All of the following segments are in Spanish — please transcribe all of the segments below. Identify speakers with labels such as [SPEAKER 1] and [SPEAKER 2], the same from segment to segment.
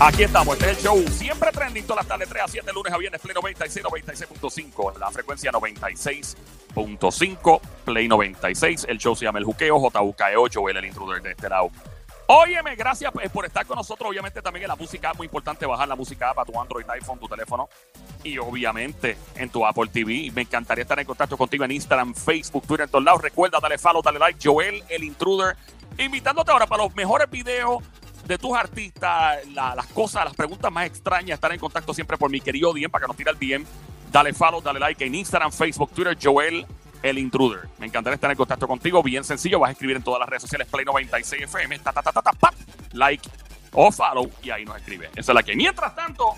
[SPEAKER 1] Aquí estamos, este es el show siempre trending todas las tardes, 3 a 7, lunes a viernes, Play 96, 96.5, la frecuencia 96.5, Play 96, el show se llama El Juqueo, JUKE8, el intruder de este lado. Óyeme, gracias eh, por estar con nosotros, obviamente también en la música, muy importante bajar la música para tu Android, iPhone, tu teléfono y obviamente en tu Apple TV. Me encantaría estar en contacto contigo en Instagram, Facebook, Twitter, en todos lados. Recuerda, dale follow, dale like, Joel, el intruder, invitándote ahora para los mejores videos de tus artistas, la- las cosas, las preguntas más extrañas, estar en contacto siempre por mi querido DM para que nos tire el DM. Dale follow, dale like en Instagram, Facebook, Twitter, Joel, el intruder. Me encantaría estar en contacto contigo. Bien sencillo, vas a escribir en todas las redes sociales Play 96 FM, ta, ta, ta, ta, ta, pap, like o follow y ahí nos escribe. Esa es la que. Mientras tanto,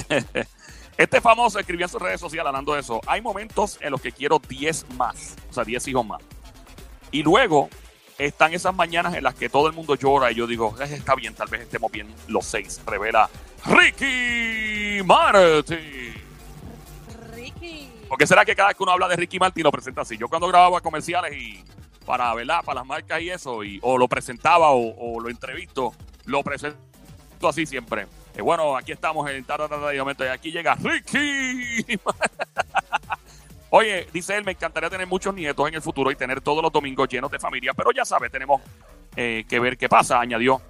[SPEAKER 1] este famoso escribió en sus redes sociales hablando de eso. Hay momentos en los que quiero 10 más, o sea, 10 hijos más. Y luego están esas mañanas en las que todo el mundo llora y yo digo, "Eh, está bien, tal vez estemos bien los seis. Revela Ricky Martin.
[SPEAKER 2] Ricky.
[SPEAKER 1] ¿Por qué será que cada vez que uno habla de Ricky Martin lo presenta así? Yo cuando grababa comerciales y para, ¿verdad? Para las marcas y eso, y, o lo presentaba o, o lo entrevisto, lo presento así siempre. Y bueno, aquí estamos en ta, ta, ta, ta, y de momento, y aquí llega Ricky Oye, dice él, me encantaría tener muchos nietos en el futuro y tener todos los domingos llenos de familia, pero ya sabes, tenemos eh, que ver qué pasa, añadió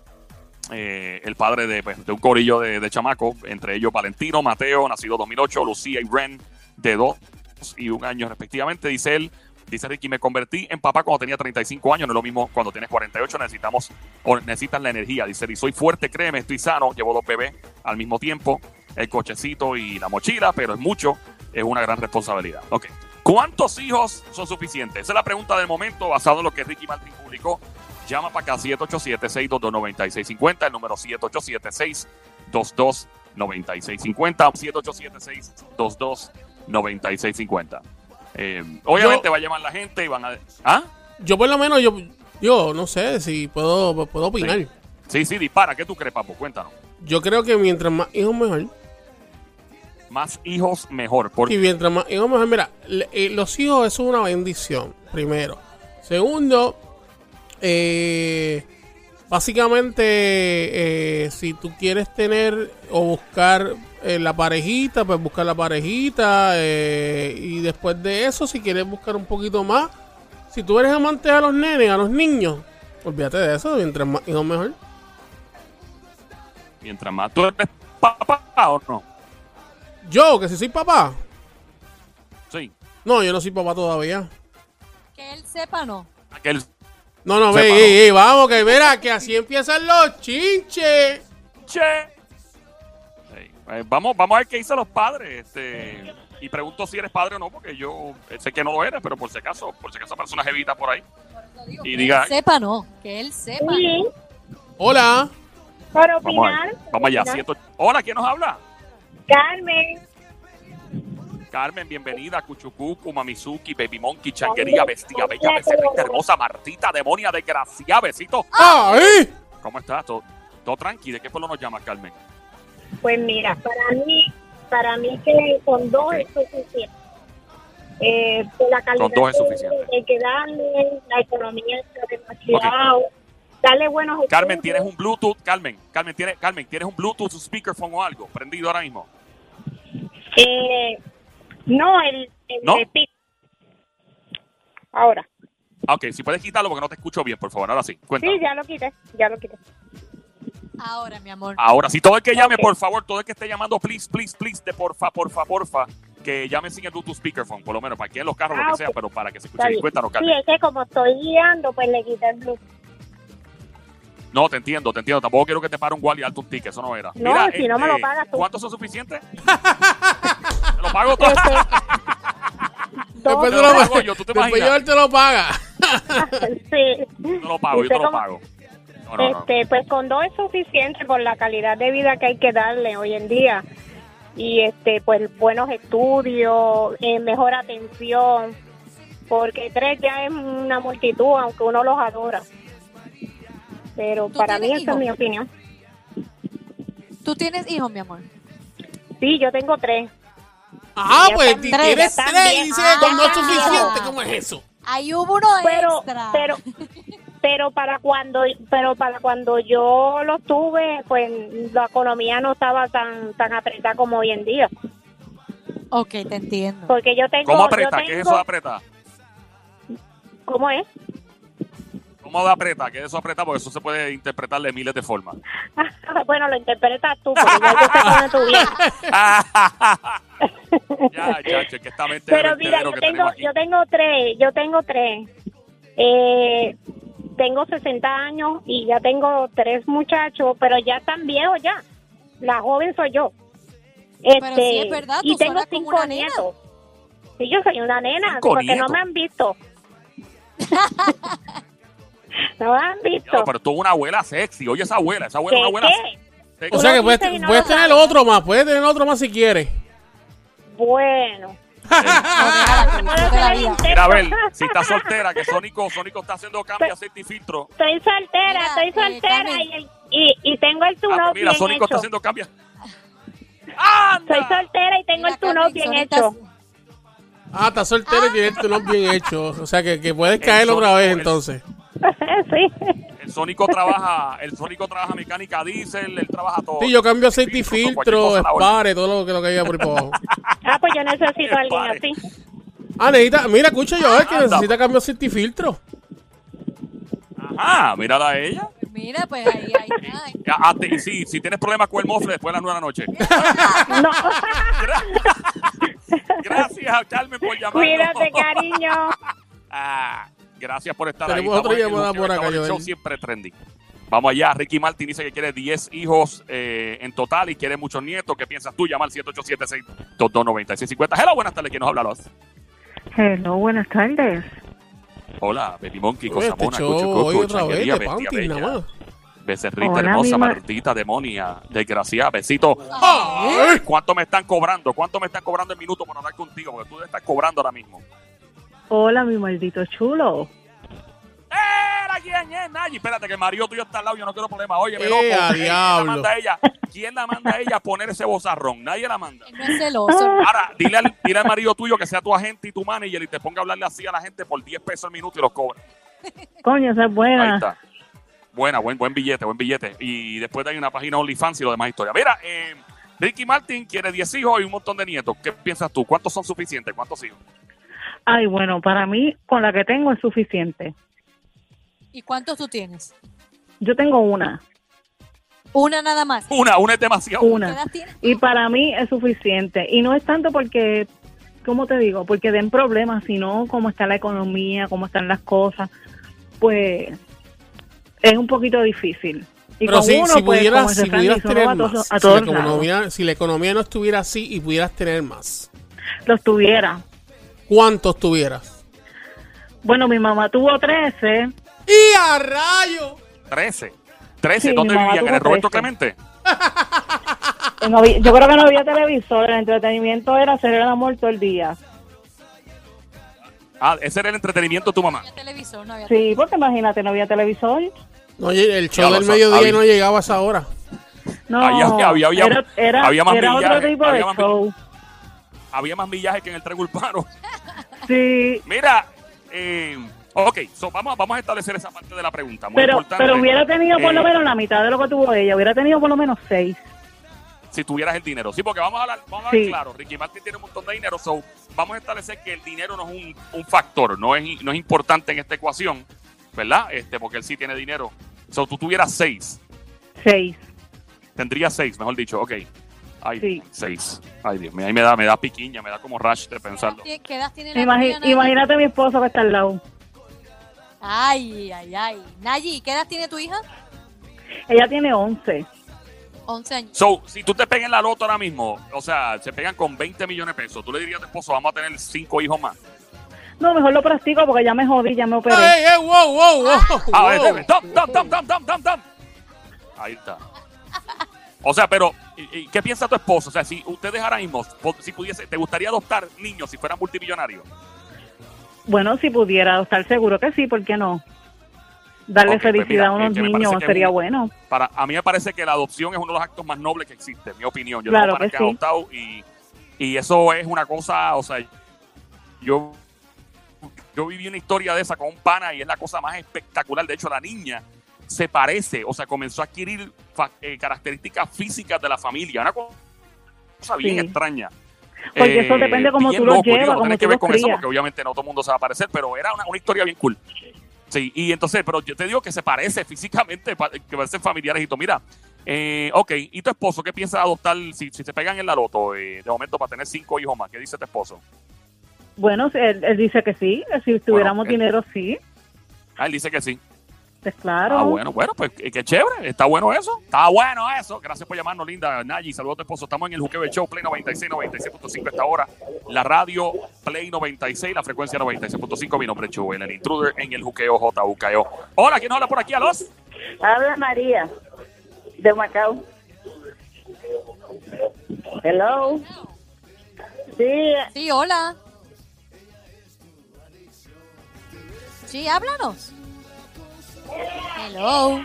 [SPEAKER 1] eh, el padre de, pues, de un corillo de, de chamacos, entre ellos Valentino, Mateo, nacido 2008, Lucía y Ren, de dos y un año respectivamente, dice él. Dice Ricky, me convertí en papá cuando tenía 35 años, no es lo mismo cuando tienes 48, necesitamos o necesitas la energía. Dice, él, y soy fuerte, créeme, estoy sano, llevo dos bebés al mismo tiempo, el cochecito y la mochila, pero es mucho, es una gran responsabilidad. Ok. ¿Cuántos hijos son suficientes? Esa es la pregunta del momento, basado en lo que Ricky Martin publicó. Llama para acá 787-622-9650, el número 787-622-9650, 787-622-9650. Eh, obviamente
[SPEAKER 3] Yo-
[SPEAKER 1] va a llamar la gente y van a... ¿Ah?
[SPEAKER 3] Yo por lo menos, yo, yo no sé si puedo, puedo opinar.
[SPEAKER 1] Sí. sí, sí, dispara. ¿Qué tú crees, Papo? Cuéntanos.
[SPEAKER 3] Yo creo que mientras más hijos mejor.
[SPEAKER 1] Más hijos, mejor. Porque
[SPEAKER 3] Y mientras más hijos mejor, mira, le- eh, los hijos es una bendición, primero. Segundo, eh, básicamente, eh, si tú quieres tener o buscar eh, la parejita, pues buscar la parejita. eh, y después de eso, si quieres buscar un poquito más, si tú eres amante a los nenes, a los niños, olvídate de eso, mientras más hijos mejor.
[SPEAKER 1] mientras más... ¿Tú eres papá o no?
[SPEAKER 3] Yo, que si soy papá.
[SPEAKER 1] Sí.
[SPEAKER 3] No, yo no soy papá todavía.
[SPEAKER 4] Que él sepa, no.
[SPEAKER 1] Aquel...
[SPEAKER 3] No, no,
[SPEAKER 1] Sepa,
[SPEAKER 3] ve,
[SPEAKER 1] no.
[SPEAKER 3] ey, ey, vamos, que mira, que así empiezan los chinches.
[SPEAKER 1] Che. Sí. Eh, vamos, vamos a ver qué dicen los padres. Este, y pregunto si eres padre o no, porque yo eh, sé que no lo eres, pero por si acaso, por si acaso aparece una jevita por ahí. Y diga,
[SPEAKER 4] Sepa, no. Que él sepa.
[SPEAKER 5] Sí,
[SPEAKER 3] Hola.
[SPEAKER 5] por
[SPEAKER 1] vamos,
[SPEAKER 5] opinar.
[SPEAKER 1] a ver, vamos allá. siento- Hola, ¿quién nos habla?
[SPEAKER 5] Carmen,
[SPEAKER 1] Carmen, bienvenida, Cuchucucu, Mamizuki, Baby Monkey, Changuería, Bestia Bella, Becerrita Hermosa, Martita, Demonia, Desgraciada, Besito.
[SPEAKER 3] ¡Ay!
[SPEAKER 1] ¿Cómo estás? ¿Todo, todo tranqui? ¿De qué pueblo nos llamas, Carmen?
[SPEAKER 5] pues mira, para mí, para mí que con dos
[SPEAKER 1] Ok.
[SPEAKER 5] es suficiente. Eh, por la calidad
[SPEAKER 1] Con dos es
[SPEAKER 5] de-
[SPEAKER 1] suficiente.
[SPEAKER 5] de que darle, la economía está demasiado, darle buenos
[SPEAKER 1] Carmen,
[SPEAKER 5] estudios.
[SPEAKER 1] ¿tienes un Bluetooth? Carmen, Carmen, ¿tienes, Carmen, ¿tienes un Bluetooth, un speakerphone o algo? Prendido ahora mismo.
[SPEAKER 5] Eh, no, el, el
[SPEAKER 1] ¿No?
[SPEAKER 5] de pi- Ahora,
[SPEAKER 1] Ah, Ok, si puedes quitarlo porque no te escucho bien, por favor. Ahora sí, cuéntame.
[SPEAKER 5] sí, ya lo quité, ya lo quité.
[SPEAKER 4] ahora, mi amor.
[SPEAKER 1] Ahora, si todo el que llame, por favor, todo el que esté llamando, please, please, please, de porfa, porfa, porfa, que llame sin el Bluetooth speakerphone, por lo menos, para que en los carros,
[SPEAKER 5] Ah,
[SPEAKER 1] lo que
[SPEAKER 5] ok.
[SPEAKER 1] sea, pero para que se
[SPEAKER 5] Está
[SPEAKER 1] escuche.
[SPEAKER 5] bien.
[SPEAKER 1] Cuéntanos, Carmen.
[SPEAKER 5] Sí, es que como estoy guiando, pues le quité el Bluetooth.
[SPEAKER 1] No, te entiendo, te entiendo. Tampoco quiero que te pare un guardia y alto un ticket, eso no era. este,
[SPEAKER 5] No, si no me lo pagas tú.
[SPEAKER 1] ¿Cuántos son suficientes? te lo pago todo.
[SPEAKER 5] Este,
[SPEAKER 3] Después
[SPEAKER 1] Te lo
[SPEAKER 3] tú lo
[SPEAKER 1] pago
[SPEAKER 3] pagas.
[SPEAKER 1] yo, ¿tú te
[SPEAKER 3] Después
[SPEAKER 1] imaginas?
[SPEAKER 3] yo él te lo paga.
[SPEAKER 5] sí.
[SPEAKER 1] No lo pago, yo
[SPEAKER 5] Usted
[SPEAKER 1] te lo
[SPEAKER 5] como-
[SPEAKER 1] pago. No, Oh, no, no.
[SPEAKER 5] Este, pues con dos es suficiente por la calidad de vida que hay que darle hoy en día. Y este, pues buenos estudios, eh, mejor atención, porque tres ya es una multitud, aunque uno los adora. Pero
[SPEAKER 4] ¿Tú
[SPEAKER 5] para mí
[SPEAKER 4] tienes
[SPEAKER 5] esa es mi
[SPEAKER 4] hijos?
[SPEAKER 5] opinión.
[SPEAKER 4] Tú tienes hijos, mi amor.
[SPEAKER 5] Sí, yo tengo tres.
[SPEAKER 3] Ah,
[SPEAKER 5] Ya
[SPEAKER 3] pues
[SPEAKER 5] están
[SPEAKER 3] ti-
[SPEAKER 5] tres,
[SPEAKER 3] tienes
[SPEAKER 5] ya están
[SPEAKER 3] tres y
[SPEAKER 5] bien.
[SPEAKER 3] dice que con no es
[SPEAKER 4] Ah.
[SPEAKER 3] suficiente. ¿Cómo es eso?
[SPEAKER 4] Ahí hubo uno
[SPEAKER 5] Pero,
[SPEAKER 4] extra.
[SPEAKER 5] pero, pero para cuando, pero para cuando yo los tuve, pues la economía no estaba tan, tan apretada como hoy en día.
[SPEAKER 4] Ok, te entiendo.
[SPEAKER 5] Porque yo tengo,
[SPEAKER 1] ¿Cómo
[SPEAKER 5] yo
[SPEAKER 1] aprieta?
[SPEAKER 5] tengo,
[SPEAKER 1] ¿Qué es eso de aprieta?
[SPEAKER 5] ¿cómo es?
[SPEAKER 1] ¿Cómo de aprieta? ¿Qué es eso de aprieta? Porque eso se puede interpretar de miles de formas.
[SPEAKER 5] Ah, bueno, lo interpretas tú, porque ya yo sé cómo es tu bien.
[SPEAKER 1] ya, ya, che, que esta mente de
[SPEAKER 5] Pero
[SPEAKER 1] vertedero
[SPEAKER 5] mira, yo
[SPEAKER 1] que
[SPEAKER 5] tengo,
[SPEAKER 1] tenemos aquí.
[SPEAKER 5] yo tengo tres, yo tengo tres. Eh, tengo 60 años y ya tengo tres muchachos, pero ya están viejos ya. La joven soy yo. Este,
[SPEAKER 4] Pero sí es verdad, tú
[SPEAKER 5] y tengo
[SPEAKER 4] suenas como
[SPEAKER 5] cinco
[SPEAKER 4] una nena.
[SPEAKER 5] nietos. Sí, yo soy una nena,
[SPEAKER 1] Cinco
[SPEAKER 5] porque
[SPEAKER 1] nietos.
[SPEAKER 5] no me han visto. no me han visto.
[SPEAKER 1] Ya, pero tú una abuela sexy. Oye, esa abuela, esa abuela,
[SPEAKER 5] ¿Qué,
[SPEAKER 1] una abuela
[SPEAKER 5] qué?
[SPEAKER 1] sexy.
[SPEAKER 3] O
[SPEAKER 5] Tú
[SPEAKER 3] sea
[SPEAKER 5] lo
[SPEAKER 3] que puedes,
[SPEAKER 5] dices y no
[SPEAKER 3] puedes
[SPEAKER 5] lo
[SPEAKER 3] tener
[SPEAKER 5] sabes.
[SPEAKER 3] otro más, puedes tener otro más si quieres.
[SPEAKER 5] Bueno.
[SPEAKER 4] Ay,
[SPEAKER 5] Puedo
[SPEAKER 4] Ah, de la
[SPEAKER 5] ser el
[SPEAKER 4] vida.
[SPEAKER 5] intento.
[SPEAKER 1] Mira, a ver, si está soltera, que Sónico, Sónico está haciendo cambios aceite y filtro.
[SPEAKER 5] Estoy soltera,
[SPEAKER 4] Mira,
[SPEAKER 5] estoy
[SPEAKER 4] eh,
[SPEAKER 5] soltera
[SPEAKER 4] Carmen.
[SPEAKER 5] y, el- y, y tengo el
[SPEAKER 1] Ah,
[SPEAKER 5] tuno
[SPEAKER 1] pues mira,
[SPEAKER 5] bien
[SPEAKER 1] Sónico está
[SPEAKER 5] hecho.
[SPEAKER 1] haciendo cambios. ¡Anda!
[SPEAKER 5] Soy soltera y tengo
[SPEAKER 4] Mira,
[SPEAKER 5] el tuno
[SPEAKER 4] Carmen,
[SPEAKER 5] bien
[SPEAKER 4] Sonita-
[SPEAKER 5] hecho.
[SPEAKER 3] Ah, está soltero y tienes tu nombre bien hecho. O sea que, que puedes caer
[SPEAKER 1] Eso,
[SPEAKER 3] otra vez
[SPEAKER 1] eso.
[SPEAKER 3] entonces.
[SPEAKER 5] sí.
[SPEAKER 1] El Sónico trabaja, el Sónico trabaja mecánica diésel, él trabaja todo.
[SPEAKER 3] Sí, yo cambio aceite y
[SPEAKER 1] Filtro,
[SPEAKER 3] filtro,
[SPEAKER 1] cualquier cosa, la orden.
[SPEAKER 3] espare, todo lo que, lo que haya por ahí para abajo.
[SPEAKER 5] Ah, pues yo necesito a alguien
[SPEAKER 1] Vale.
[SPEAKER 5] así.
[SPEAKER 3] Ah, necesita, mira, escucha yo, eh, que
[SPEAKER 1] Ah, Anda.
[SPEAKER 3] necesita cambio aceite y filtro.
[SPEAKER 1] Ajá, Ah, mírala a ella.
[SPEAKER 4] Mira, pues ahí, ahí, está. ahí.
[SPEAKER 1] Ya, hazte- y sí, si tienes problemas con el mofle, después de las nueve de la noche.
[SPEAKER 5] No.
[SPEAKER 1] Gracias a Carmen por llamar.
[SPEAKER 5] Cuídate, cariño.
[SPEAKER 1] Ah, gracias por estar
[SPEAKER 3] Tenemos
[SPEAKER 1] ahí.
[SPEAKER 3] otra
[SPEAKER 1] Estamos en
[SPEAKER 3] llamada
[SPEAKER 1] el
[SPEAKER 3] por acá,
[SPEAKER 1] Estamos en el
[SPEAKER 3] Joel.
[SPEAKER 1] show siempre trending. Vamos allá. Ricky Martin dice que quiere 10 hijos eh, en total y quiere muchos nietos. ¿Qué piensas tú? Llama al 787-622-9650. Hello, buenas tardes. ¿Quién nos habla? Los?
[SPEAKER 6] Hello, buenas tardes.
[SPEAKER 1] Hola, Baby Monkey,
[SPEAKER 3] Oye,
[SPEAKER 1] Cosa
[SPEAKER 3] este
[SPEAKER 1] Mona,
[SPEAKER 3] show
[SPEAKER 1] Cuchu
[SPEAKER 3] hoy
[SPEAKER 1] Cucu,
[SPEAKER 3] otra vez
[SPEAKER 1] Changuería,
[SPEAKER 3] de
[SPEAKER 1] Bestia
[SPEAKER 3] panty, nada
[SPEAKER 1] Bella,
[SPEAKER 3] más.
[SPEAKER 1] Becerrita
[SPEAKER 6] Hola,
[SPEAKER 1] Hermosa,
[SPEAKER 6] mi ma-
[SPEAKER 1] Maldita Demonia, Desgraciada, Besito.
[SPEAKER 3] ¡Ay!
[SPEAKER 1] ¿Cuánto me están cobrando? ¿Cuánto me están cobrando el minuto por hablar contigo? Porque tú estás cobrando ahora mismo.
[SPEAKER 6] Hola, mi maldito chulo.
[SPEAKER 1] ¡Era quién es, Nayi! Espérate, que el marido tuyo está al lado, yo no quiero problema. Oye, me
[SPEAKER 3] ¡Eh,
[SPEAKER 1] loco.
[SPEAKER 3] a
[SPEAKER 1] ¿Quién la
[SPEAKER 3] diablo!
[SPEAKER 1] manda a ella? ¿Quién la manda a ella a poner ese bozarrón? Nadie la manda.
[SPEAKER 4] Él no es celoso.
[SPEAKER 5] Ah.
[SPEAKER 1] Ahora, dile al, dile al marido tuyo que sea tu agente y tu manager y te ponga a hablarle así a la gente por 10 pesos al minuto y los cobra.
[SPEAKER 6] Coño, esa es
[SPEAKER 1] Ahí
[SPEAKER 6] buena.
[SPEAKER 1] está. Buena, buen, buen billete, buen billete. Y después hay una página OnlyFans y lo demás historia. Mira, eh, Ricky Martin quiere 10 hijos y un montón de nietos. ¿Qué piensas tú? ¿Cuántos son suficientes? ¿Cuántos hijos?
[SPEAKER 6] Ay, bueno, para mí, con la que tengo es suficiente.
[SPEAKER 4] ¿Y cuántos tú tienes?
[SPEAKER 6] Yo tengo una,
[SPEAKER 4] Una nada más.
[SPEAKER 1] Una, una es demasiado.
[SPEAKER 4] ¿Qué
[SPEAKER 6] una.
[SPEAKER 4] edad tienes?
[SPEAKER 6] Y para mí es suficiente. Y no es tanto porque, ¿cómo te digo? Porque den problemas, sino cómo está la economía, cómo están las cosas. Pues es un poquito difícil. Y
[SPEAKER 3] Pero
[SPEAKER 6] con
[SPEAKER 3] si,
[SPEAKER 6] uno,
[SPEAKER 3] si
[SPEAKER 6] pues, como
[SPEAKER 3] pudieras,
[SPEAKER 6] ese
[SPEAKER 3] si pudieras
[SPEAKER 6] Frankie, uno
[SPEAKER 3] tener
[SPEAKER 6] va a
[SPEAKER 3] más,
[SPEAKER 6] todos- a
[SPEAKER 3] si, la
[SPEAKER 6] todos lados.
[SPEAKER 3] economía, si la economía no estuviera así y pudieras tener más,
[SPEAKER 6] los tuviera.
[SPEAKER 3] ¿cuántos tuvieras?
[SPEAKER 6] Bueno, mi mamá tuvo 13.
[SPEAKER 3] ¡Y a rayo!
[SPEAKER 1] 13. 13.
[SPEAKER 6] Sí,
[SPEAKER 1] ¿Dónde
[SPEAKER 6] mi mamá
[SPEAKER 1] vivían? ¿En
[SPEAKER 6] tuvo
[SPEAKER 1] el Roberto
[SPEAKER 6] 13.
[SPEAKER 1] Clemente?
[SPEAKER 6] No había- yo creo que no había televisor, el entretenimiento era hacer el amor todo el día.
[SPEAKER 1] Ah, ese era el entretenimiento de tu mamá.
[SPEAKER 4] No había televisor, no había
[SPEAKER 6] Sí, porque imagínate, no había televisor.
[SPEAKER 3] No, oye, el show
[SPEAKER 1] Ya lo
[SPEAKER 3] del
[SPEAKER 1] sa-
[SPEAKER 3] mediodía
[SPEAKER 1] había-
[SPEAKER 3] no llegaba a esa hora.
[SPEAKER 6] No,
[SPEAKER 1] Había- había- había-
[SPEAKER 6] era, era,
[SPEAKER 1] había más
[SPEAKER 6] era otro
[SPEAKER 1] millaje,
[SPEAKER 6] tipo
[SPEAKER 1] había
[SPEAKER 6] de
[SPEAKER 1] más
[SPEAKER 6] show.
[SPEAKER 1] Había más millaje que en el tren urbano.
[SPEAKER 6] Sí,
[SPEAKER 1] Mira, eh, ok, so vamos, vamos a establecer esa parte de la pregunta. Muy
[SPEAKER 6] pero,
[SPEAKER 1] importante.
[SPEAKER 6] pero hubiera tenido por lo
[SPEAKER 1] Eh,
[SPEAKER 6] menos la mitad de lo que tuvo ella, hubiera tenido por lo menos seis.
[SPEAKER 1] si tuvieras el dinero. Sí, porque vamos a hablar, vamos a hablar
[SPEAKER 6] Sí.
[SPEAKER 1] claro. Ricky Martin tiene un montón de dinero, so vamos a establecer que el dinero no es un, un factor, no es, no es importante en esta ecuación, ¿verdad? Este, porque él sí tiene dinero. So tú tuvieras seis.
[SPEAKER 6] Seis.
[SPEAKER 1] Tendría seis, mejor dicho, ok. Ay,
[SPEAKER 6] Sí.
[SPEAKER 1] seis. Ay, Dios mío, ahí me da, me da piquiña, me da como rash de pensarlo.
[SPEAKER 4] ¿Qué qué edad tiene la
[SPEAKER 6] Imagi-
[SPEAKER 4] tuya, Nayi?
[SPEAKER 6] imagínate a mi esposo que está al lado.
[SPEAKER 4] Ay, ay, ay. Nayi, ¿qué edad tiene tu hija?
[SPEAKER 6] Ella tiene 11.
[SPEAKER 4] 11 años.
[SPEAKER 1] So, si tú te pegas en la loto ahora mismo, o sea, se pegan con 20 millones de pesos, tú le dirías a tu esposo, vamos a tener cinco hijos más.
[SPEAKER 6] No, mejor lo practico porque ya me jodí, ya me operé.
[SPEAKER 3] ¡Ey, ey, wow, wow, wow!
[SPEAKER 1] Ah,
[SPEAKER 3] wow.
[SPEAKER 1] vete, vete. Tom, tom, tom, tom, tom, tom, tom. Ahí está. O sea, pero, ¿y- y ¿qué piensa tu esposo? O sea, si ustedes ahora mismo, po- si pudiese, ¿te gustaría adoptar niños si fueran multimillonarios?
[SPEAKER 6] Bueno, si pudiera estar seguro que sí, ¿por qué no? Darle
[SPEAKER 1] Ok, pues
[SPEAKER 6] felicidad
[SPEAKER 1] mira,
[SPEAKER 6] a unos
[SPEAKER 1] es que me
[SPEAKER 6] niños
[SPEAKER 1] parece que
[SPEAKER 6] sería
[SPEAKER 1] muy-
[SPEAKER 6] bueno.
[SPEAKER 1] Para, a mí me parece que la adopción es uno de los actos más nobles que existe, en mi opinión. Yo
[SPEAKER 6] Claro
[SPEAKER 1] tengo para
[SPEAKER 6] que
[SPEAKER 1] que
[SPEAKER 6] sí.
[SPEAKER 1] han adoptado y, y eso es una cosa, o sea, yo, yo viví una historia de esa con un pana y es la cosa más espectacular. De hecho, la niña se parece, o sea, comenzó a adquirir fa- eh, características físicas de la familia. Una cosa bien
[SPEAKER 6] Sí.
[SPEAKER 1] extraña.
[SPEAKER 6] Porque eso depende cómo
[SPEAKER 1] Eh, bien
[SPEAKER 6] tú lo
[SPEAKER 1] loco. Yo
[SPEAKER 6] llevas,
[SPEAKER 1] no
[SPEAKER 6] cómo
[SPEAKER 1] tenés que
[SPEAKER 6] tú
[SPEAKER 1] ver
[SPEAKER 6] lo
[SPEAKER 1] con eso,
[SPEAKER 6] crías.
[SPEAKER 1] porque obviamente no todo el mundo se va a parecer, pero era una, una historia bien cool. Sí, y entonces, pero yo te digo que se parece físicamente, pa- que parecen familiares y todo. Mira, eh, ok, ¿y tu esposo qué piensa adoptar si, si se pegan en la loto eh, de momento para tener cinco hijos más? ¿Qué dice tu esposo?
[SPEAKER 6] Bueno, si él, él dice que sí, que si tuviéramos
[SPEAKER 1] él-
[SPEAKER 6] dinero, sí,
[SPEAKER 1] Ah, él dice que sí.
[SPEAKER 6] pues claro.
[SPEAKER 1] Ah, bueno, bueno, pues eh, qué chévere. Está bueno eso. Está bueno eso. Gracias por llamarnos, linda Nayi. Saludos a tu esposo. Estamos en el Juqueo del Show, Play 96, 96.5 esta hora. La radio Play 96, la frecuencia 96.5. Mi nombre es Chuben, el intruder en el Juqueo JUKEO. E Hola, ¿quién nos habla por aquí? ¿A los?
[SPEAKER 7] Habla María de Macao. Hello. Sí,
[SPEAKER 4] Sí, hola. Sí, háblanos. Hello.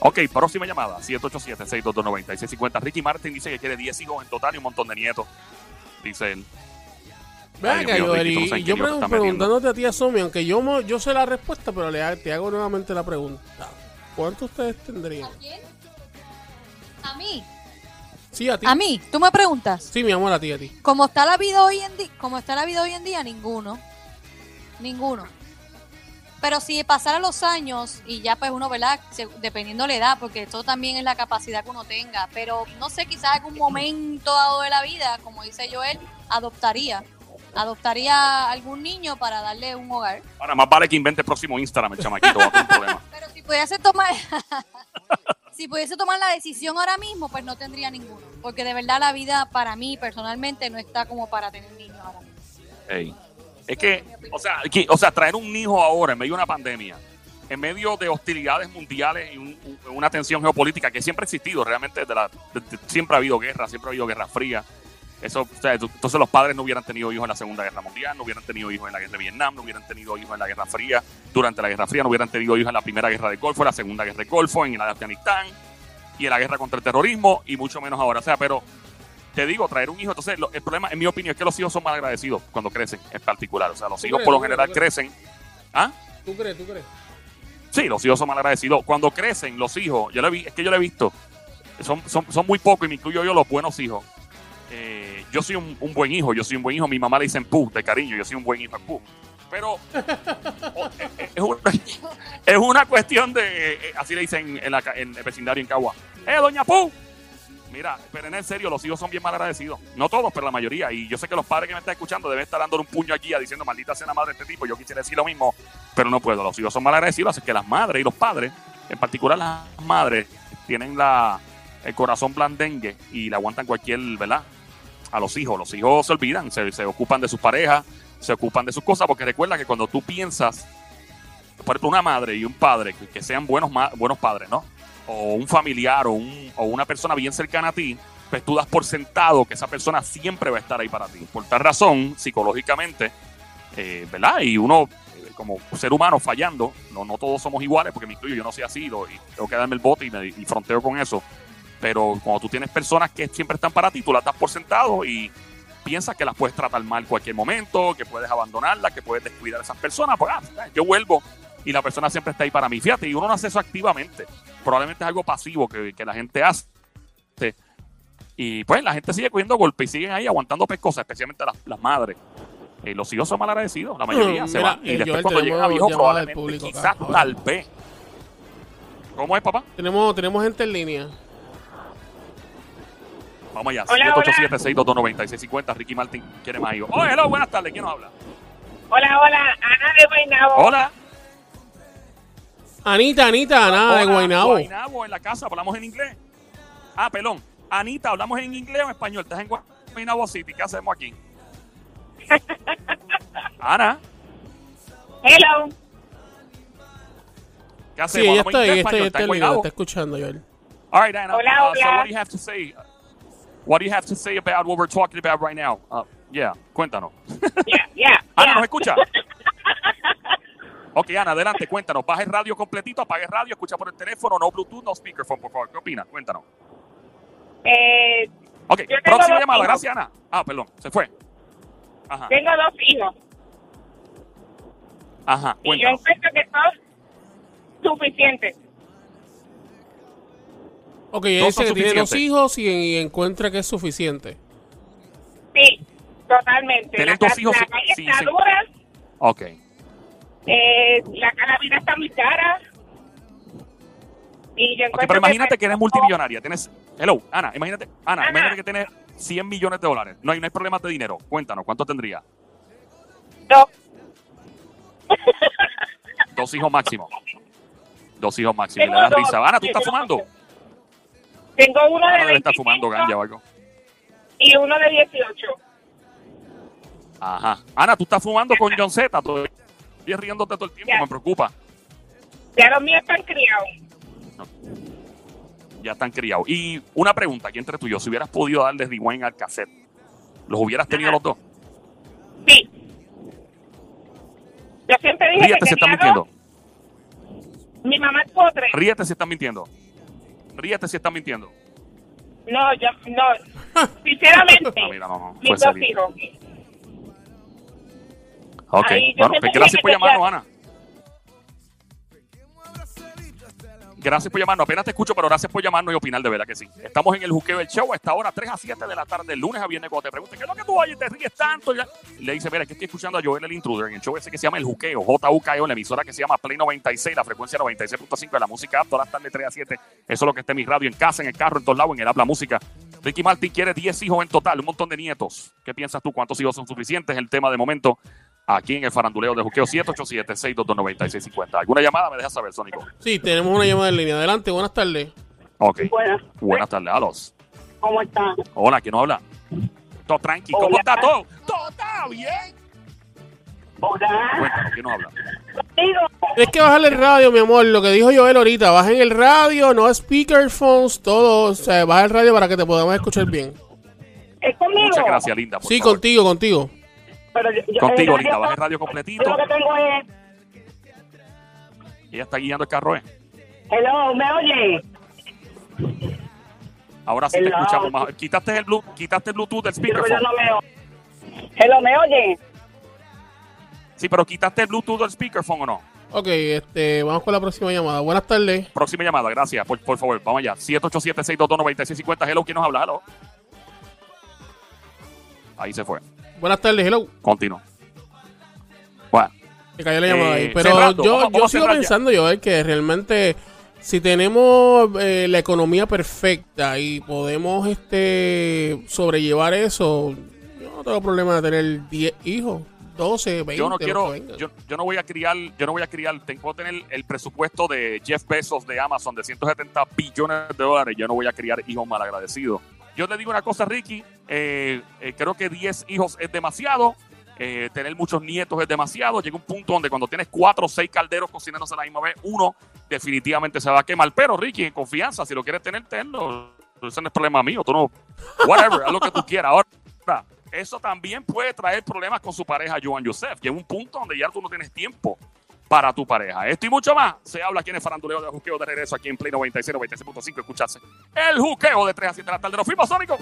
[SPEAKER 1] Ok, próxima llamada, 787-622-9650. Ricky Martin dice que quiere 10 hijos en total y un montón de nietos, dice él.
[SPEAKER 3] Ven
[SPEAKER 1] Ay,
[SPEAKER 3] acá,
[SPEAKER 1] Dios mío,
[SPEAKER 3] Joel,
[SPEAKER 1] Ricky, tú no
[SPEAKER 3] y
[SPEAKER 1] sabes
[SPEAKER 3] yo
[SPEAKER 1] en qué lío te
[SPEAKER 3] pregun-
[SPEAKER 1] estás
[SPEAKER 3] preguntándote a ti, Somi, aunque yo, mo- yo sé la respuesta, pero le ha- te hago nuevamente la pregunta. ¿Cuántos ustedes tendrían?
[SPEAKER 4] quién? A mí.
[SPEAKER 3] Sí, a ti.
[SPEAKER 4] A mí. Tú me preguntas.
[SPEAKER 3] Sí, mi amor, a ti, a ti.
[SPEAKER 4] ¿Cómo está la vida hoy en día? ¿Cómo está la vida hoy en día? Ninguno. Ninguno. Pero si pasaran los años y ya pues uno, ¿verdad? Se- Dependiendo la edad, porque todo también es la capacidad que uno tenga. Pero no sé, quizás algún momento dado de la vida, como dice Joel, adoptaría. Adoptaría algún niño para darle un hogar.
[SPEAKER 1] Ahora, más vale que invente el próximo Instagram, el chamaquito, va a tener un problema.
[SPEAKER 4] Pero si pudiese tomar, si pudiese tomar la decisión ahora mismo, pues no tendría ninguno. Porque de verdad la vida para mí personalmente no está como para tener niños ahora mismo.
[SPEAKER 1] Ey. Es que, o sea, que- o sea, traer un hijo ahora en medio de una pandemia, en medio de hostilidades mundiales y un- un- una tensión geopolítica que siempre ha existido, realmente desde la- de- de- siempre ha habido guerra, siempre ha habido guerra fría. Eso, o sea, tú- entonces los padres no hubieran tenido hijos en la Segunda Guerra Mundial, no hubieran tenido hijos en la Guerra de Vietnam, no hubieran tenido hijos en la Guerra Fría, durante la Guerra Fría no hubieran tenido hijos en la Primera Guerra del Golfo, en la Segunda Guerra del Golfo, en la de Afganistán y en la guerra contra el terrorismo y mucho menos ahora. O sea, pero te digo, traer un hijo. Entonces, lo- el problema, en mi opinión, es que los hijos son mal agradecidos cuando crecen, en particular. O sea, los
[SPEAKER 3] ¿Tú
[SPEAKER 1] hijos
[SPEAKER 3] crees,
[SPEAKER 1] por lo
[SPEAKER 3] tú
[SPEAKER 1] general
[SPEAKER 3] crees?
[SPEAKER 1] crecen. ¿Ah?
[SPEAKER 3] ¿Tú crees, tú crees?
[SPEAKER 1] Sí, los hijos son mal agradecidos. Cuando crecen, los hijos, yo lo vi, es que yo lo he visto, son, son, son muy pocos y me incluyo yo los buenos hijos. Eh, yo soy un, un buen hijo, yo soy un buen hijo. Mi mamá le dicen pu, de cariño, yo soy un buen hijo en pu. Pero o- es- es, es una, es una cuestión de, eh, eh, así le dicen en, la ca- en el vecindario en Cagua, ¡eh, doña pu! Mira, pero en el serio, los hijos son bien mal agradecidos. No todos, pero la mayoría. Y yo sé que los padres que me están escuchando deben estar dándole un puño aquí a diciendo, maldita sea la madre de este tipo. Yo quisiera decir lo mismo, pero no puedo. Los hijos son mal agradecidos, así que las madres y los padres, en particular las madres, tienen la, el corazón blandengue y le aguantan cualquier, ¿verdad? A los hijos. Los hijos se olvidan, se, se ocupan de sus parejas, se ocupan de sus cosas, porque recuerda que cuando tú piensas, por ejemplo, una madre y un padre, que, que sean buenos, ma- buenos padres, ¿no? o un familiar o, un- o una persona bien cercana a ti, pues tú das por sentado que esa persona siempre va a estar ahí para ti. Por tal razón, psicológicamente, eh, ¿verdad? Y uno, eh, como ser humano fallando, no, no todos somos iguales, porque me incluyo, yo no soy así, lo- y tengo que darme el bote y, me, y fronteo con eso. Pero cuando tú tienes personas que siempre están para ti, tú las das por sentado y piensas que las puedes tratar mal cualquier momento, que puedes abandonarlas, que puedes descuidar a esas personas, pues ah, yo vuelvo y la persona siempre está ahí para mí. Fíjate, y uno no hace eso activamente probablemente es algo pasivo que, que la gente hace. Y pues la gente sigue cogiendo golpes y siguen ahí aguantando pescosas, especialmente las, las madres. Eh, los hijos son mal agradecidos, la mayoría
[SPEAKER 3] Mm,
[SPEAKER 1] se
[SPEAKER 3] mira,
[SPEAKER 1] van. Y
[SPEAKER 3] eh,
[SPEAKER 1] después
[SPEAKER 3] Joel,
[SPEAKER 1] cuando
[SPEAKER 3] tenemos
[SPEAKER 1] llegan a viejo,
[SPEAKER 3] llamada del
[SPEAKER 1] probablemente,
[SPEAKER 3] público acá.
[SPEAKER 1] quizás
[SPEAKER 3] Ahora.
[SPEAKER 1] tal vez, ¿Cómo es, papá?
[SPEAKER 3] Tenemos, tenemos gente en línea.
[SPEAKER 1] Vamos allá.
[SPEAKER 5] Hola,
[SPEAKER 1] 787-622-9650. Ricky Martin quiere más hijos. Oh, hello, buenas tardes. ¿Quién nos habla?
[SPEAKER 5] Hola, hola, Ana de Guaynabo.
[SPEAKER 1] Hola.
[SPEAKER 3] Anita, Anita, nada Ah, de
[SPEAKER 1] Hola,
[SPEAKER 3] Guaynabo.
[SPEAKER 1] Guaynabo en la casa. Hablamos en inglés. Ah, pelón. Anita, ¿hablamos en inglés o en español? Estás en Guaynabo City. ¿Qué hacemos aquí? Ana,
[SPEAKER 5] Hello.
[SPEAKER 1] ¿qué
[SPEAKER 3] Sí,
[SPEAKER 1] hacemos?
[SPEAKER 3] ella
[SPEAKER 1] ¿Hablamos
[SPEAKER 3] está
[SPEAKER 1] inglés,
[SPEAKER 3] ahí, está
[SPEAKER 1] español?
[SPEAKER 3] ahí, está
[SPEAKER 1] ¿Estás en
[SPEAKER 3] en línea,
[SPEAKER 1] Guaynabo?
[SPEAKER 3] está escuchando, Joel.
[SPEAKER 1] All right, Anna.
[SPEAKER 5] Hola,
[SPEAKER 1] uh, So
[SPEAKER 5] hola.
[SPEAKER 1] what do you have to say? What do you have to say about what we're talking about right now? Uh, yeah, cuéntanos.
[SPEAKER 5] Yeah, yeah.
[SPEAKER 1] Ana,
[SPEAKER 5] yeah.
[SPEAKER 1] Ah, ¿nos escucha? ok, Ana, adelante, cuéntanos. Baja el radio completito, apague el radio, escucha por el teléfono, no Bluetooth, no speakerphone, por favor. ¿Qué opinas? Cuéntanos.
[SPEAKER 5] Eh,
[SPEAKER 1] Ok,
[SPEAKER 5] tengo
[SPEAKER 1] próxima
[SPEAKER 5] dos
[SPEAKER 1] llamada.
[SPEAKER 5] hijos.
[SPEAKER 1] Gracias, Ana. Ah, perdón, se fue. Ajá,
[SPEAKER 5] tengo dos hijos
[SPEAKER 1] ajá,
[SPEAKER 5] y yo
[SPEAKER 1] cuéntanos.
[SPEAKER 5] encuentro que son suficientes.
[SPEAKER 3] Ok, ella
[SPEAKER 1] Dos
[SPEAKER 3] dice que
[SPEAKER 1] son
[SPEAKER 3] tiene dos
[SPEAKER 1] suficientes.
[SPEAKER 3] hijos y, y encuentra que es suficiente.
[SPEAKER 5] Sí, totalmente.
[SPEAKER 1] Tener
[SPEAKER 5] La,
[SPEAKER 1] dos
[SPEAKER 5] ca-
[SPEAKER 1] hijos,
[SPEAKER 5] la
[SPEAKER 1] sí,
[SPEAKER 5] calle
[SPEAKER 1] sí,
[SPEAKER 5] está
[SPEAKER 1] sí.
[SPEAKER 5] dura,
[SPEAKER 1] Ok.
[SPEAKER 5] eh, la, la vida está muy cara. Y yo
[SPEAKER 1] Ok,
[SPEAKER 5] encuentro
[SPEAKER 1] pero imagínate que eres
[SPEAKER 5] tengo-
[SPEAKER 1] multimillonaria. Tienes, hello, Ana, imagínate, Ana,
[SPEAKER 5] Ana.
[SPEAKER 1] imagínate que tienes 100 millones de dólares. No hay, no hay problemas de dinero. Cuéntanos, ¿cuánto tendría?
[SPEAKER 5] Dos.
[SPEAKER 1] Dos hijos máximo. Dos hijos máximo. Y
[SPEAKER 5] Tengo
[SPEAKER 1] le da
[SPEAKER 5] dos.
[SPEAKER 1] risa. Ana, ¿tú
[SPEAKER 5] Sí,
[SPEAKER 1] estás
[SPEAKER 5] tengo
[SPEAKER 1] fumando? Ah,
[SPEAKER 5] dos. Tengo uno
[SPEAKER 1] Ana
[SPEAKER 5] de
[SPEAKER 1] debe
[SPEAKER 5] 25
[SPEAKER 1] estar fumando ganja o algo.
[SPEAKER 5] y uno de 18.
[SPEAKER 1] Ajá. Ana, ¿tú estás fumando con John Z? Todavía riéndote todo el tiempo.
[SPEAKER 5] Ya.
[SPEAKER 1] Me preocupa.
[SPEAKER 5] Ya los míos están criados.
[SPEAKER 1] Ya están criados. Y una pregunta aquí entre tú y yo. Si hubieras podido darles rewind al cassette, ¿los hubieras
[SPEAKER 5] Ah,
[SPEAKER 1] tenido los dos?
[SPEAKER 5] Sí. Yo siempre dije
[SPEAKER 1] Ríete
[SPEAKER 5] que
[SPEAKER 1] si están
[SPEAKER 5] quería
[SPEAKER 1] mintiendo.
[SPEAKER 5] dos. Mi mamá tuvo tres.
[SPEAKER 1] Ríete si están mintiendo. Ríete si están mintiendo.
[SPEAKER 5] No, yo no. Sinceramente,
[SPEAKER 1] Ah, mira, no, no, fue
[SPEAKER 5] mis dos
[SPEAKER 1] salir.
[SPEAKER 5] hijos.
[SPEAKER 1] Ok.
[SPEAKER 5] Ay,
[SPEAKER 1] bueno,
[SPEAKER 5] yo siempre
[SPEAKER 1] pues
[SPEAKER 5] dije
[SPEAKER 1] gracias
[SPEAKER 5] que
[SPEAKER 1] por
[SPEAKER 5] quería-
[SPEAKER 1] llamarnos, Ana. Gracias por llamarnos. Apenas te escucho, pero gracias por llamarnos y opinar, de verdad que sí. Estamos en el Juqueo del Show a esta hora, 3 a 7 de la tarde, el lunes a viernes, cuando te pregunten, ¿qué es lo que tú oyes? ¿Te ríes tanto? Ya- Le dice, mira, es que estoy escuchando a Joel el Intruder en el show ese que se llama El Juqueo, J.U.K.O., en E la emisora que se llama Play 96, la frecuencia 96.5 de la música app, todas las tardes 3 a 7. Eso es lo que está en mi radio, en casa, en el carro, en todos lados, en el habla música. Ricky Martin quiere 10 hijos en total, un montón de nietos. ¿Qué piensas tú? ¿Cuántos hijos son suficientes? El tema de momento aquí en el faranduleo de Juqueo 787-622-9650. ¿Alguna llamada? Me deja saber, Sónico.
[SPEAKER 3] Sí, tenemos una llamada en línea. Adelante, buenas tardes.
[SPEAKER 1] Ok.
[SPEAKER 7] Buenas,
[SPEAKER 1] Buenas tardes, Alos.
[SPEAKER 7] ¿cómo están?
[SPEAKER 1] Hola, ¿quién nos habla? Todo tranqui. ¿Cómo
[SPEAKER 7] Hola.
[SPEAKER 1] está todo? Todo está bien.
[SPEAKER 7] Hola.
[SPEAKER 1] Cuéntanos, ¿quién nos habla?
[SPEAKER 7] Digo,
[SPEAKER 3] Tienes que bajarle el radio, mi amor. Lo que dijo Joel ahorita, bajen el radio, no speakerphones, todo. O sea, baja el radio para que te podamos escuchar bien.
[SPEAKER 7] es conmigo.
[SPEAKER 1] Muchas gracias, Linda. por
[SPEAKER 3] Sí,
[SPEAKER 1] favor.
[SPEAKER 3] contigo, contigo.
[SPEAKER 7] Pero yo- eh, yo-
[SPEAKER 1] Contigo,
[SPEAKER 7] el
[SPEAKER 1] Linda.
[SPEAKER 7] radio-
[SPEAKER 1] Baja el radio
[SPEAKER 7] Yo
[SPEAKER 1] completito.
[SPEAKER 7] lo que tengo es.
[SPEAKER 1] Ella está guiando el carro, ¿eh?
[SPEAKER 7] Hello, ¿me oye?
[SPEAKER 1] Ahora sí te
[SPEAKER 7] Hello.
[SPEAKER 1] escuchamos más. Quitaste el, blu- quitaste el Bluetooth del
[SPEAKER 7] Yo, yo
[SPEAKER 1] speakerphone.
[SPEAKER 7] no me oye. Hello, ¿me oye?
[SPEAKER 1] Sí, pero quitaste el Bluetooth del speakerphone o no.
[SPEAKER 3] Ok, este, vamos con la próxima llamada. Buenas tardes.
[SPEAKER 1] Próxima llamada, gracias. Por, por favor, vamos allá. 787-622-9650. Hello, ¿quién nos habla? Hello. Ahí se fue.
[SPEAKER 3] Buenas tardes, hello.
[SPEAKER 1] Continúo. Bueno,
[SPEAKER 3] Me cayó la llamada
[SPEAKER 1] Eh,
[SPEAKER 3] ahí. Pero
[SPEAKER 1] cerrando,
[SPEAKER 3] yo,
[SPEAKER 1] vamos-
[SPEAKER 3] yo
[SPEAKER 1] vamos a
[SPEAKER 3] sigo
[SPEAKER 1] cerrar ya.
[SPEAKER 3] pensando, Joel, que realmente si tenemos eh, la economía perfecta y podemos este sobrellevar eso, yo no tengo problema de tener 10 hijos, 12, 20.
[SPEAKER 1] yo no
[SPEAKER 3] lo que
[SPEAKER 1] quiero,
[SPEAKER 3] venga.
[SPEAKER 1] yo, yo no voy a criar, yo no voy a criar, tengo que tener el presupuesto de Jeff Bezos de Amazon de 170 billones de dólares. Yo no voy a criar hijos malagradecidos. Yo le digo una cosa, Ricky, eh, eh, creo que 10 hijos es demasiado. eh, tener muchos nietos es demasiado. Llega un punto donde cuando tienes cuatro o seis calderos cocinándose a la misma vez, uno definitivamente se va a quemar. Pero Ricky, en confianza, si lo quieres tener, tenlo. Ese no es problema mío. Tú no. Whatever, haz lo que tú quieras. Ahora, eso también puede traer problemas con su pareja, Joan Joseph. Llega un punto donde ya tú no tienes tiempo para tu pareja. Esto y mucho más. Se habla aquí en el faranduleo de juqueo de regreso aquí en Play 96, 96.5. Escucharse el juqueo de 3 a 7 de la tarde. Nos fuimos, Sónico.